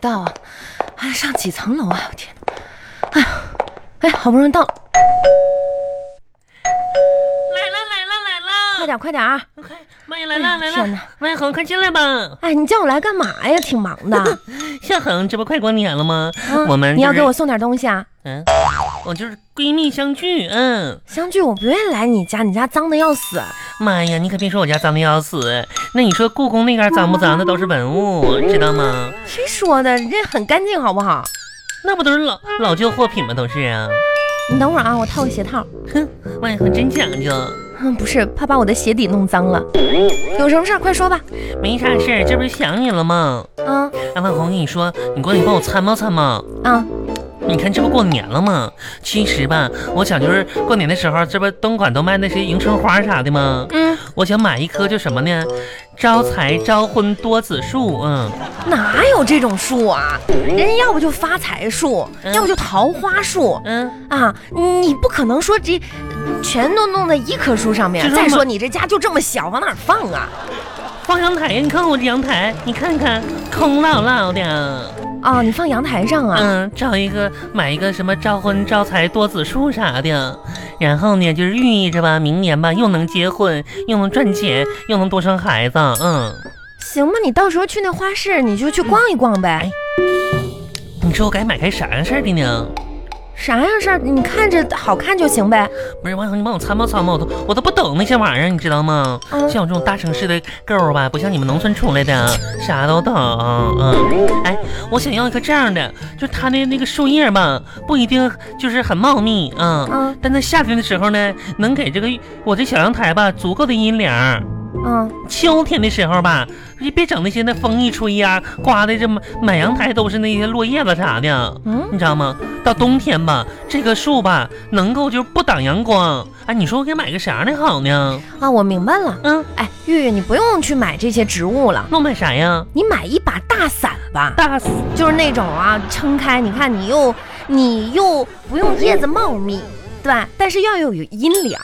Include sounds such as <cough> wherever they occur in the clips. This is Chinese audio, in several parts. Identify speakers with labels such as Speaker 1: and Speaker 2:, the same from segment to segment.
Speaker 1: 到啊？哎，上几层楼啊？我天哪！哎呀，哎，好不容易到了，
Speaker 2: 来了来了来了！
Speaker 1: 快点快点啊！
Speaker 2: 快，妈呀来了来
Speaker 1: 哎天
Speaker 2: 了
Speaker 1: 哪！
Speaker 2: 妈呀恒，快进来吧！
Speaker 1: 哎，你叫我来干嘛呀？挺忙
Speaker 2: <laughs>
Speaker 1: 的。
Speaker 2: 夏恒，这不快过年了吗？
Speaker 1: 嗯
Speaker 2: 我们
Speaker 1: 你要
Speaker 2: 就是
Speaker 1: 给我送点东西啊？
Speaker 2: 嗯，我就是闺蜜相聚。嗯，
Speaker 1: 相聚，我不愿意来你家，你家脏的要死。
Speaker 2: 妈呀，你可别说我家脏的要死。那你说故宫那边脏不脏？那都是文物，知道吗？
Speaker 1: 谁说的？你这很干净，好不好？
Speaker 2: 那不都是老老旧货品吗？都是啊。
Speaker 1: 你等会儿啊，我套个鞋套。
Speaker 2: 哼，妈呀，恒真讲究。
Speaker 1: 嗯，不是，怕把我的鞋底弄脏了。有什么事儿快说吧。
Speaker 2: 没啥事儿，这不是想你了吗？
Speaker 1: 啊
Speaker 2: 哎，万红，跟你说，你过来你帮我参谋参谋。
Speaker 1: 啊，
Speaker 2: 你看，这不过年了吗？其实吧，我想就是过年的时候，这不东莞都卖那些迎春花啥的吗？
Speaker 1: 嗯，
Speaker 2: 我想买一棵，就什么呢？招财招婚多子树。嗯，
Speaker 1: 哪有这种树啊？人家要不就发财树，
Speaker 2: 嗯
Speaker 1: 要不就桃花树
Speaker 2: 嗯，
Speaker 1: 啊！你不可能说这全都弄在一棵树上面
Speaker 2: 就。这么
Speaker 1: 再说你这家就这么小，往哪儿放啊？
Speaker 2: 放阳台，你看我这阳台，你看看空落落的。
Speaker 1: 哦，你放阳台上啊？
Speaker 2: 嗯，找一个买一个什么招婚招财多子树啥的，然后呢，就是寓意着吧，明年吧又能结婚，又能赚钱，又能多生孩子。嗯，
Speaker 1: 行吧，你到时候去那花市，你就去逛一逛呗。哎
Speaker 2: 你说我该买个啥样式儿的呢？
Speaker 1: 啥样事儿，你看着好看就行呗。
Speaker 2: 不是王总，你帮我参谋参谋，我都我都不懂那些玩意儿，你知道吗？
Speaker 1: 嗯
Speaker 2: 像我这种大城市的 girl 吧，不像你们农村出来的，啥都懂。嗯，哎，我想要一棵这样的，就它的那个树叶吧，不一定就是很茂密，嗯，
Speaker 1: 嗯
Speaker 2: 但在夏天的时候呢，能给这个我这小阳台吧足够的阴凉。
Speaker 1: 嗯，
Speaker 2: 秋天的时候吧，你别整那些那风一吹呀、刮的这满满阳台都是那些落叶子啥的。
Speaker 1: 嗯
Speaker 2: 你知道吗？到冬天吧，这棵树吧能够就不挡阳光。哎，你说我该买个啥的好呢？
Speaker 1: 啊，我明白了。
Speaker 2: 嗯，
Speaker 1: 哎，玉玉，你不用去买这些植物了，
Speaker 2: 那我买啥呀？
Speaker 1: 你买一把大伞吧，
Speaker 2: 大死
Speaker 1: 就是那种啊，撑开，你看你又你又不用叶子茂密。对吧？但是要有阴凉，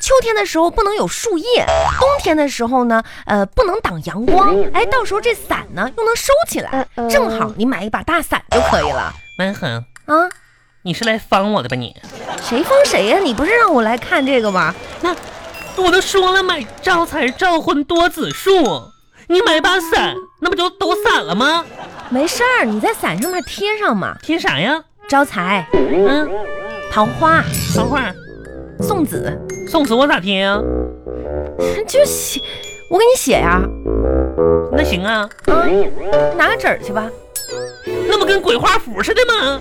Speaker 1: 秋天的时候不能有树叶，冬天的时候呢，呃，不能挡阳光。哎，到时候这伞呢又能收起来，正好你买一把大伞就可以了
Speaker 2: 蛮狠！
Speaker 1: 啊。
Speaker 2: 你是来防我的吧你？
Speaker 1: 谁封谁呀、你不是让我来看这个吗？
Speaker 2: 我都说了买招财招婚多子树，你买把伞，那不就都散了吗？
Speaker 1: 没事儿，你在伞上面贴上嘛，
Speaker 2: 贴啥呀？
Speaker 1: 招财、
Speaker 2: 嗯，
Speaker 1: 桃花、
Speaker 2: 等会儿
Speaker 1: 送子， <laughs>
Speaker 2: 送死我咋啊贴呀、
Speaker 1: 就写，我给你写呀、
Speaker 2: 那行啊，
Speaker 1: 拿个纸儿去吧。
Speaker 2: 那不跟鬼画符似的吗？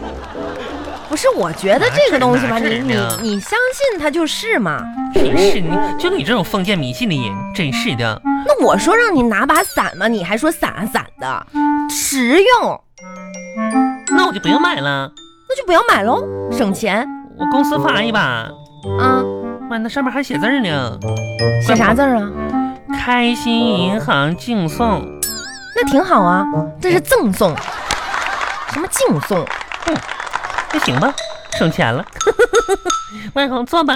Speaker 1: 不是，我觉得这个东西吧，
Speaker 2: 拿纸
Speaker 1: 你
Speaker 2: 儿
Speaker 1: 你
Speaker 2: 呢
Speaker 1: 你相信它就是嘛。
Speaker 2: 真是你，就你这种封建迷信的人，真是的。
Speaker 1: 那我说让你拿把伞嘛，你还说伞啊伞的，实用，
Speaker 2: 那我就不用买了，
Speaker 1: 那就不要买喽，省钱
Speaker 2: 我公司发一把。
Speaker 1: 啊。
Speaker 2: 妈，那上面还写字儿呢，
Speaker 1: 写啥字儿啊？
Speaker 2: 开心银行敬送。
Speaker 1: 那挺好啊，这是赠送，什么敬送？
Speaker 2: 那行吧，省钱了。 <laughs> 万红，坐吧。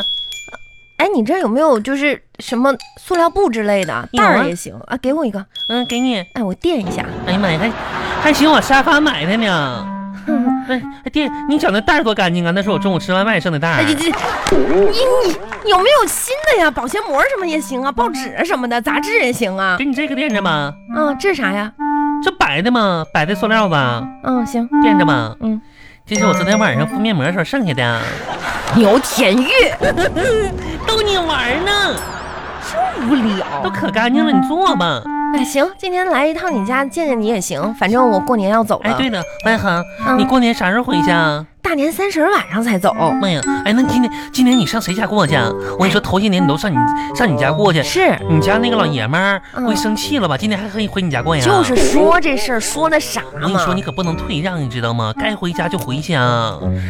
Speaker 1: 哎，你这儿有没有就是什么塑料布之类的
Speaker 2: 有
Speaker 1: 袋
Speaker 2: 啊
Speaker 1: 儿也行啊？给我一个，
Speaker 2: 嗯，给你。
Speaker 1: 哎，我垫一下。
Speaker 2: 哎呀妈呀，还还行，我沙发买
Speaker 1: <laughs>
Speaker 2: 的呢。哎，哎爹，你讲那袋儿多干净啊！那是我中午吃外卖剩的袋
Speaker 1: 哎，这
Speaker 2: 儿。
Speaker 1: 这，你你有没有新的呀？保鲜膜什么也行啊，报纸啊什么的，杂志也行啊。
Speaker 2: 给你这个垫着吧，
Speaker 1: 嗯，这是啥呀？
Speaker 2: 这白的嘛，白的塑料吧，
Speaker 1: 嗯，行，
Speaker 2: 垫着吧。
Speaker 1: 嗯，
Speaker 2: 这是我昨天晚上敷面膜时候剩下的，
Speaker 1: 牛田玉，
Speaker 2: 逗你玩儿呢，
Speaker 1: 真无
Speaker 2: 都
Speaker 1: 聊。
Speaker 2: 可干净了，你坐吧。
Speaker 1: 哎，行，今天来一趟你家见见你也行，反正我过年要走了。
Speaker 2: 哎，对了，万恒，
Speaker 1: 嗯
Speaker 2: 你过年啥时候回家啊？
Speaker 1: 大年三十晚上才走。
Speaker 2: 妈呀！哎，那今年今年你上谁家过去啊？我跟你说，头些年你都上你上你家过去，
Speaker 1: 是，
Speaker 2: 你家那个老爷们儿
Speaker 1: 嗯
Speaker 2: 估计生气了吧？今年还可以回你家过呀？
Speaker 1: 就是。说这事儿说的傻
Speaker 2: 我
Speaker 1: 嘛。
Speaker 2: 跟你说，你可不能退让，你知道吗？
Speaker 1: 嗯
Speaker 2: 该回家就回家，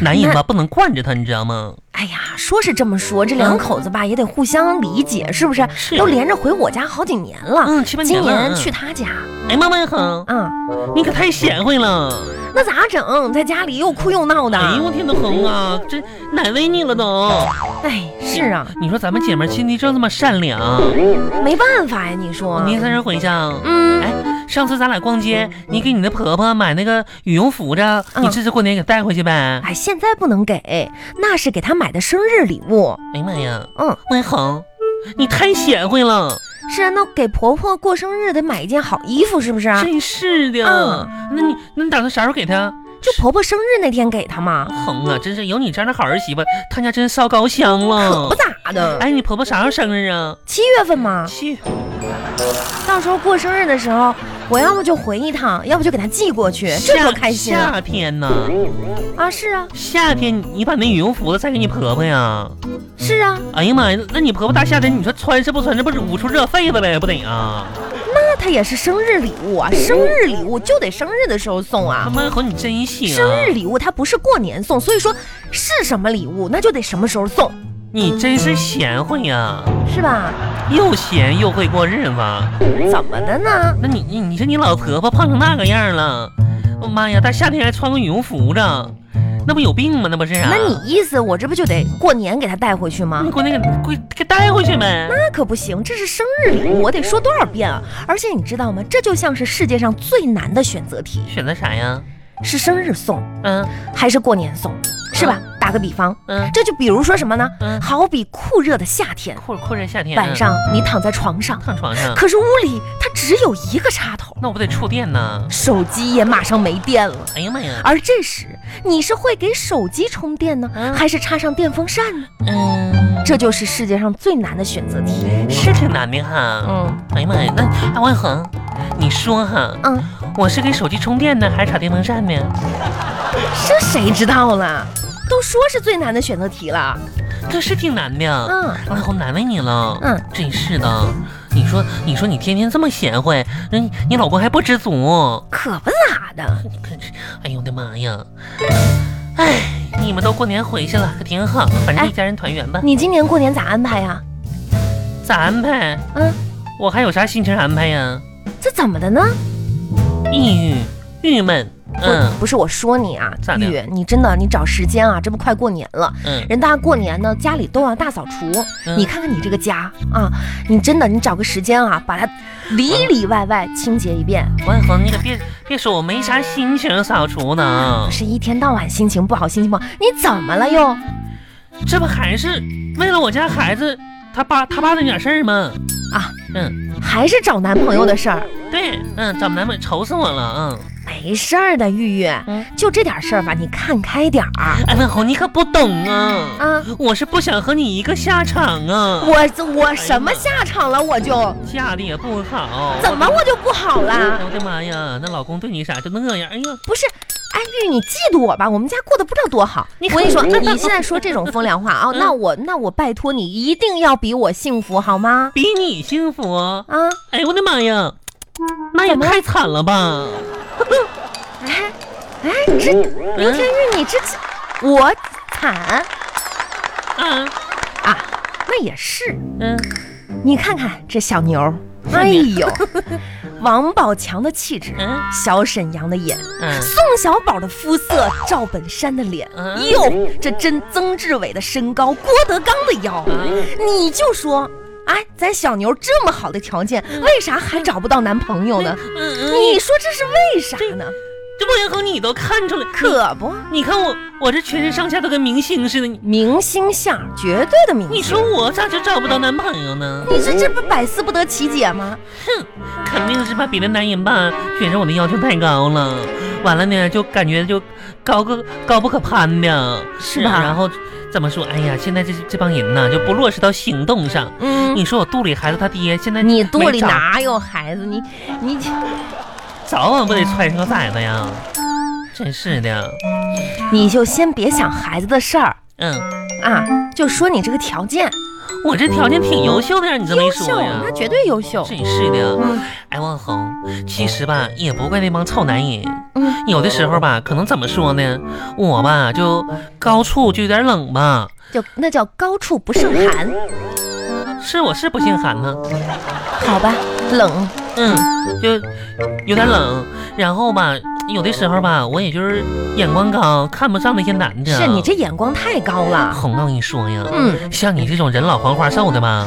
Speaker 2: 男人吧不能惯着他，你知道吗？
Speaker 1: 哎呀，说是这么说，这两口子吧也得互相理解，是不是？
Speaker 2: 嗯是
Speaker 1: 都连着回我家好几年了，
Speaker 2: 嗯七
Speaker 1: 啊
Speaker 2: 八
Speaker 1: 今
Speaker 2: 年了
Speaker 1: 年
Speaker 2: 嗯
Speaker 1: 去他家
Speaker 2: 哎妈妈哼，
Speaker 1: 啊、
Speaker 2: 你可太贤惠了！
Speaker 1: 那咋整？在家里又哭又闹的，
Speaker 2: 哎呦我天呐，哼啊，真难为你了都。
Speaker 1: 哎，是啊，
Speaker 2: 你说咱们姐们儿心地就这么善良，
Speaker 1: 没办法呀，你说，
Speaker 2: 年三十回家，
Speaker 1: 嗯，
Speaker 2: 哎，上次咱俩逛街，你给你的婆婆买那个羽绒服着，
Speaker 1: 嗯
Speaker 2: 你这次过年给带回去呗。
Speaker 1: 哎，现在不能给，那是给她买的生日礼物。
Speaker 2: 哎呀妈呀，
Speaker 1: 嗯，
Speaker 2: 万恒，你太贤惠了，
Speaker 1: 是啊，那给婆婆过生日得买一件好衣服，是不是啊？
Speaker 2: 真是的。
Speaker 1: 嗯
Speaker 2: 那你那你打算啥时候给她？
Speaker 1: 就婆婆生日那天给她嘛，
Speaker 2: 恒啊，真是有你这样的好儿媳妇，她家真烧高香
Speaker 1: 可
Speaker 2: 了
Speaker 1: 不。咋的。
Speaker 2: 嗯哎，你婆婆啥时候生日啊？
Speaker 1: 七月份嘛，
Speaker 2: 去，
Speaker 1: 到时候过生日的时候，我要么就回一趟，要不就给她寄过去，这
Speaker 2: 夏
Speaker 1: 多开心啊！
Speaker 2: 夏天呢，
Speaker 1: 啊，是啊，
Speaker 2: 夏天你你把那羽绒服子再给你婆婆呀。
Speaker 1: 是啊，
Speaker 2: 哎呀妈呀，那你婆婆大夏天，你说穿是不穿，这不是捂出热痱子来不得啊？
Speaker 1: 那她也是生日礼物啊，生日礼物就得生日的时候送啊
Speaker 2: 他。妈和你真行
Speaker 1: 生
Speaker 2: 啊
Speaker 1: 日！礼物它不是过年送，所以说是什么礼物那就得什么时候送，
Speaker 2: 你真是贤惠呀、
Speaker 1: 是吧？
Speaker 2: 又闲又会过日子。
Speaker 1: 怎么的呢？
Speaker 2: 那你你你说你老婆婆胖成那个样了，我、妈呀，大夏天还穿个羽绒服着，那不有病吗？那不是啊？
Speaker 1: 那你意思我这不就得过年给她带回去吗
Speaker 2: 你？啊给我那个给给带回去呗。
Speaker 1: 那可不行，这是生日礼物，我得说多少遍啊！而且你知道吗？这就像是世界上最难的选择题，
Speaker 2: 选择啥呀？
Speaker 1: 是生日送
Speaker 2: 嗯
Speaker 1: 还是过年送，是吧？打个比方，
Speaker 2: 嗯
Speaker 1: 这就比如说什么呢？
Speaker 2: 嗯，
Speaker 1: 好比酷热的夏天，
Speaker 2: 酷酷热夏天，
Speaker 1: 晚上你躺在床上，
Speaker 2: 躺床上，
Speaker 1: 可是屋里它只有一个插头，
Speaker 2: 那我不得触电呢？
Speaker 1: 手机也马上没电了。
Speaker 2: 哎呀妈呀！
Speaker 1: 而这时，你是会给手机充电呢，
Speaker 2: 嗯
Speaker 1: 还是插上电风扇呢？
Speaker 2: 嗯，
Speaker 1: 这就是世界上最难的选择题。
Speaker 2: 是挺难的哈。
Speaker 1: 嗯
Speaker 2: 哎呀妈呀，那哎万恒，你说哈，
Speaker 1: 嗯，
Speaker 2: 我是给手机充电呢，还是插电风扇呢？
Speaker 1: 这谁知道了？都说是最难的选择题了。
Speaker 2: 这是挺难的。
Speaker 1: 嗯，
Speaker 2: 万恒难为你了。
Speaker 1: 嗯，
Speaker 2: 真是的。你说，你说你天天这么贤惠，人你老公还不知足。
Speaker 1: 可不咋的。
Speaker 2: 你看这， <laughs> 哎呦我的妈呀！哎，你们都过年回去了，可挺好，反正
Speaker 1: 哎
Speaker 2: 一家人团圆吧。
Speaker 1: 你今年过年咋安排啊呀、
Speaker 2: 咋安排？
Speaker 1: 嗯，
Speaker 2: 我还有啥心情安排呀？
Speaker 1: 这怎么的呢？
Speaker 2: 抑郁、郁闷，嗯
Speaker 1: 不不是我说你啊
Speaker 2: 咋，的
Speaker 1: 雨，你真的你找时间啊，这不快过年了，
Speaker 2: 嗯
Speaker 1: 人大家过年呢，家里都要大扫除。
Speaker 2: 嗯
Speaker 1: 你看看你这个家啊，你真的你找个时间啊，把它里里外外清洁一遍。
Speaker 2: 万恒，你可别别说我没啥心情扫除呢
Speaker 1: 不，是一天到晚心情不好，心情不好，你怎么了又？
Speaker 2: 这不还是为了我家孩子他爸他爸那点事儿吗？
Speaker 1: 啊，
Speaker 2: 嗯，
Speaker 1: 还是找男朋友的事儿？
Speaker 2: 对，嗯，找男朋友愁死我了，
Speaker 1: 没事儿的，玉玉，
Speaker 2: 嗯
Speaker 1: 就这点事儿吧，你看开点儿
Speaker 2: 嗯，哎，万恒，你可不懂啊，
Speaker 1: 啊！
Speaker 2: 我是不想和你一个下场啊，
Speaker 1: 我我什么下场了？我
Speaker 2: 哎
Speaker 1: 就
Speaker 2: 嫁的也不好，
Speaker 1: 怎么我就不好
Speaker 2: 哎
Speaker 1: 啦？
Speaker 2: 我的妈呀，那老公对你啥就那样，哎呀，
Speaker 1: 不是，哎，玉玉，你嫉妒我吧？我们家过得不知道多好。
Speaker 2: 你
Speaker 1: 我跟你说，
Speaker 2: 看
Speaker 1: 你现在说这种风凉话啊，
Speaker 2: 嗯
Speaker 1: 那我那我拜托你，一定要比我幸福好吗？
Speaker 2: 比你幸福。
Speaker 1: 啊，
Speaker 2: 哎呦我的妈呀，那也
Speaker 1: 怎么了
Speaker 2: 太惨了吧！
Speaker 1: 哎哎，
Speaker 2: 嗯
Speaker 1: 这刘天玉，你这这我惨
Speaker 2: 嗯
Speaker 1: 啊，那也是。
Speaker 2: 嗯，
Speaker 1: 你看看这小牛儿，
Speaker 2: 小
Speaker 1: 哎
Speaker 2: 牛
Speaker 1: 呦，王宝强的气质，
Speaker 2: 嗯
Speaker 1: 小沈阳的眼，
Speaker 2: 嗯
Speaker 1: 宋小宝的肤色，赵本山的脸
Speaker 2: 嗯，
Speaker 1: 哟，这真曾志伟的身高，郭德纲的腰，
Speaker 2: 嗯
Speaker 1: 你就说，哎，咱小牛这么好的条件，为啥还找不到男朋友呢？
Speaker 2: 嗯嗯，
Speaker 1: 你说这是为啥呢？
Speaker 2: 这莫言恒你都看出来，
Speaker 1: 可不，
Speaker 2: 你看我我这全身上下都跟明星似的，你
Speaker 1: 明星相，绝对的明
Speaker 2: 你
Speaker 1: 星。
Speaker 2: 说我咋就找不到男朋友呢？
Speaker 1: 你这这不百思不得其解吗？
Speaker 2: 肯定是把别的男人吧觉着我的要求太高了，完了呢就感觉就高个高不可攀的，
Speaker 1: 是吧
Speaker 2: 然后怎么说？哎呀，现在这这帮人呐就不落实到行动上。
Speaker 1: 嗯，
Speaker 2: 你说我肚里孩子他爹现在
Speaker 1: 你肚里
Speaker 2: 没找
Speaker 1: 哪有孩子？你你。
Speaker 2: 早晚不得揣上个崽子呀！真是的，
Speaker 1: 你就先别想孩子的事儿
Speaker 2: 嗯，
Speaker 1: 啊，就说你这个条件
Speaker 2: 我这条件挺优秀的呀，你这么一
Speaker 1: 优
Speaker 2: 说
Speaker 1: 秀，
Speaker 2: 呀，
Speaker 1: 那绝对优秀。
Speaker 2: 真是的。
Speaker 1: 嗯
Speaker 2: 哎，万红，其实吧，也不怪那帮臭男人，
Speaker 1: 嗯，
Speaker 2: 有的时候吧，可能怎么说呢，我吧就高处就有点冷吧，
Speaker 1: 就那叫高处不胜寒，
Speaker 2: 是我是不姓韩呢，
Speaker 1: 好吧，冷，
Speaker 2: 嗯，就有点冷，然后吧，有的时候吧，我也就是眼光高，看不上那些男的。
Speaker 1: 是你这眼光太高了。
Speaker 2: 红，我跟你说呀，
Speaker 1: 嗯，
Speaker 2: 像你这种人老黄花瘦的吧，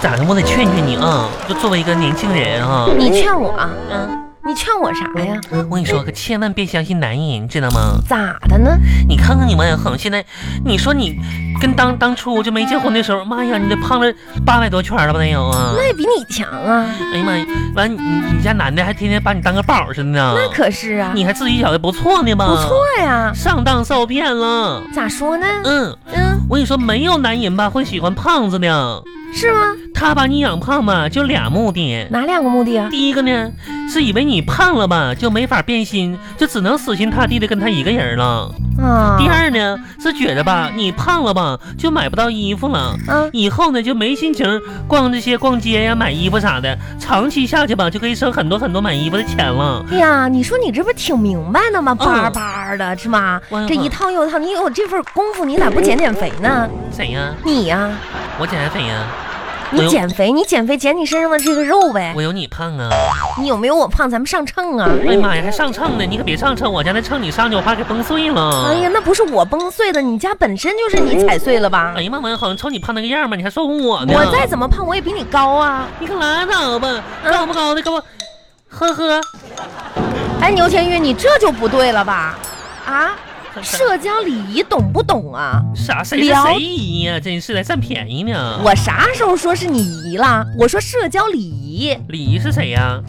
Speaker 2: 咋的？我得劝劝你啊！就作为一个年轻人啊，
Speaker 1: 你劝我啊，
Speaker 2: 嗯，
Speaker 1: 你劝我啥哎呀？
Speaker 2: 我跟你说，可千万别相信男人，知道吗？
Speaker 1: 咋的呢？
Speaker 2: 你看看你王小恒，现在你说你跟当当初就没结婚的时候，妈呀，你得胖了八百多圈了吧？得有啊！
Speaker 1: 那也比你强啊，
Speaker 2: 哎呀妈呀，完你你家男的还天天把你当个宝似的呢，
Speaker 1: 那可是啊，
Speaker 2: 你还自己觉得不错呢吧？
Speaker 1: 不错，呀。
Speaker 2: 上当受骗了。
Speaker 1: 咋说呢？
Speaker 2: 嗯，
Speaker 1: 嗯，
Speaker 2: 我跟你说，没有男人吧会喜欢胖子的，
Speaker 1: 是吗？
Speaker 2: 他把你养胖吧就俩目的。
Speaker 1: 哪两个目的啊？
Speaker 2: 第一个呢，是以为你胖了吧，就没法变心，就只能死心塌地的跟他一个人了。
Speaker 1: 啊，
Speaker 2: 第二呢，是觉得吧，你胖了吧，就买不到衣服了，
Speaker 1: 嗯，
Speaker 2: 以后呢就没心情逛这些逛街呀、买衣服啥的。长期下去吧，就可以省很多很多买衣服的钱了。
Speaker 1: 哎呀，你说你这不挺明白的吗？
Speaker 2: 嗯
Speaker 1: 巴巴的是吗？
Speaker 2: 王小
Speaker 1: 这一
Speaker 2: 恒
Speaker 1: 套又一套，你有这份功夫，你咋不减减肥呢？
Speaker 2: 谁呀？
Speaker 1: 你呀、
Speaker 2: 我减肥呀？我
Speaker 1: 你
Speaker 2: 有
Speaker 1: 减肥，你减肥减你身上的这个肉呗。
Speaker 2: 我有你胖啊！
Speaker 1: 你有没有我胖？咱们上秤啊！
Speaker 2: 哎呀妈呀，还上秤呢！你可别上秤，我家那秤你上去我怕给崩碎了。
Speaker 1: 哎呀，那不是我崩碎的，你家本身就是你踩碎了吧
Speaker 2: 哎？呀妈，王小恒，瞅你胖那个样儿吧，你还说我呢？
Speaker 1: 我再怎么胖，我也比你高啊！
Speaker 2: 你可拉倒吧，高不高的给我，呵呵。
Speaker 1: 哎，牛天玉，你这就不对了吧？啊，社交礼仪懂不懂啊？
Speaker 2: 啥谁是
Speaker 1: 聊
Speaker 2: 谁姨呀？真是的，占便宜呢。
Speaker 1: 我啥时候说是你姨了？我说社交礼仪，
Speaker 2: 李姨是谁呀？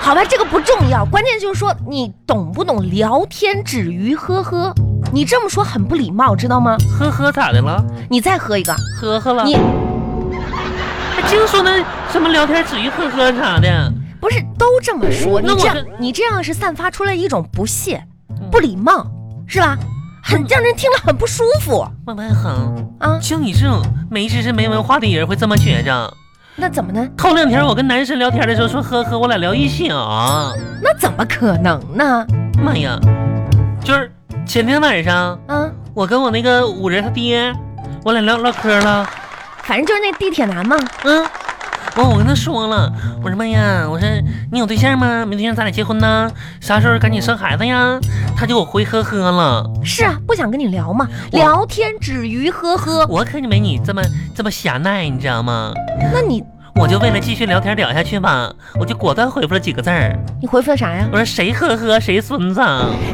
Speaker 1: 好吧，这个不重要，关键就是说你懂不懂聊天止于呵呵。你这么说很不礼貌，知道吗？
Speaker 2: 呵呵咋的了？
Speaker 1: 你再喝一个，
Speaker 2: 呵呵了。
Speaker 1: 你
Speaker 2: 还净说那什么聊天止于呵呵啥的。
Speaker 1: 不是都这么说？你
Speaker 2: 那我
Speaker 1: 这样
Speaker 2: 跟
Speaker 1: 你这样是散发出来一种不屑、不礼貌，是吧？
Speaker 2: 嗯
Speaker 1: 很让人听了很不舒服
Speaker 2: 万万恒，
Speaker 1: 啊！
Speaker 2: 就你这种没知识没文化的人会这么觉着。
Speaker 1: 那怎么呢？
Speaker 2: 头两天我跟男神聊天的时候说呵呵，我俩聊一宿。
Speaker 1: 那怎么可能呢？
Speaker 2: 妈呀，就是前天晚上
Speaker 1: 啊，
Speaker 2: 我跟我那个五仁他爹，我俩聊唠嗑了。
Speaker 1: 反正就是那地铁男嘛，
Speaker 2: 嗯，完我跟他说了，我说妈呀，我说你有对象吗？没对象咱俩结婚呢，啥时候赶紧生孩子呀？他就给我回呵呵了，
Speaker 1: 是啊，不想跟你聊嘛，
Speaker 2: 我
Speaker 1: 聊天止于呵呵。
Speaker 2: 我可就没你这么这么狭隘，你知道吗？
Speaker 1: 那你
Speaker 2: 我就为了继续聊天聊下去吧，我就果断回复了几个字儿，
Speaker 1: 你回复的啥呀？
Speaker 2: 我说谁呵呵谁孙子，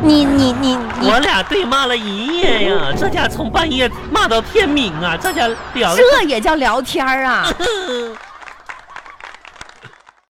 Speaker 1: 你你你你
Speaker 2: 我俩对骂了一夜呀，这家从半夜骂到天明啊，这家聊的
Speaker 1: 这也叫聊天儿啊？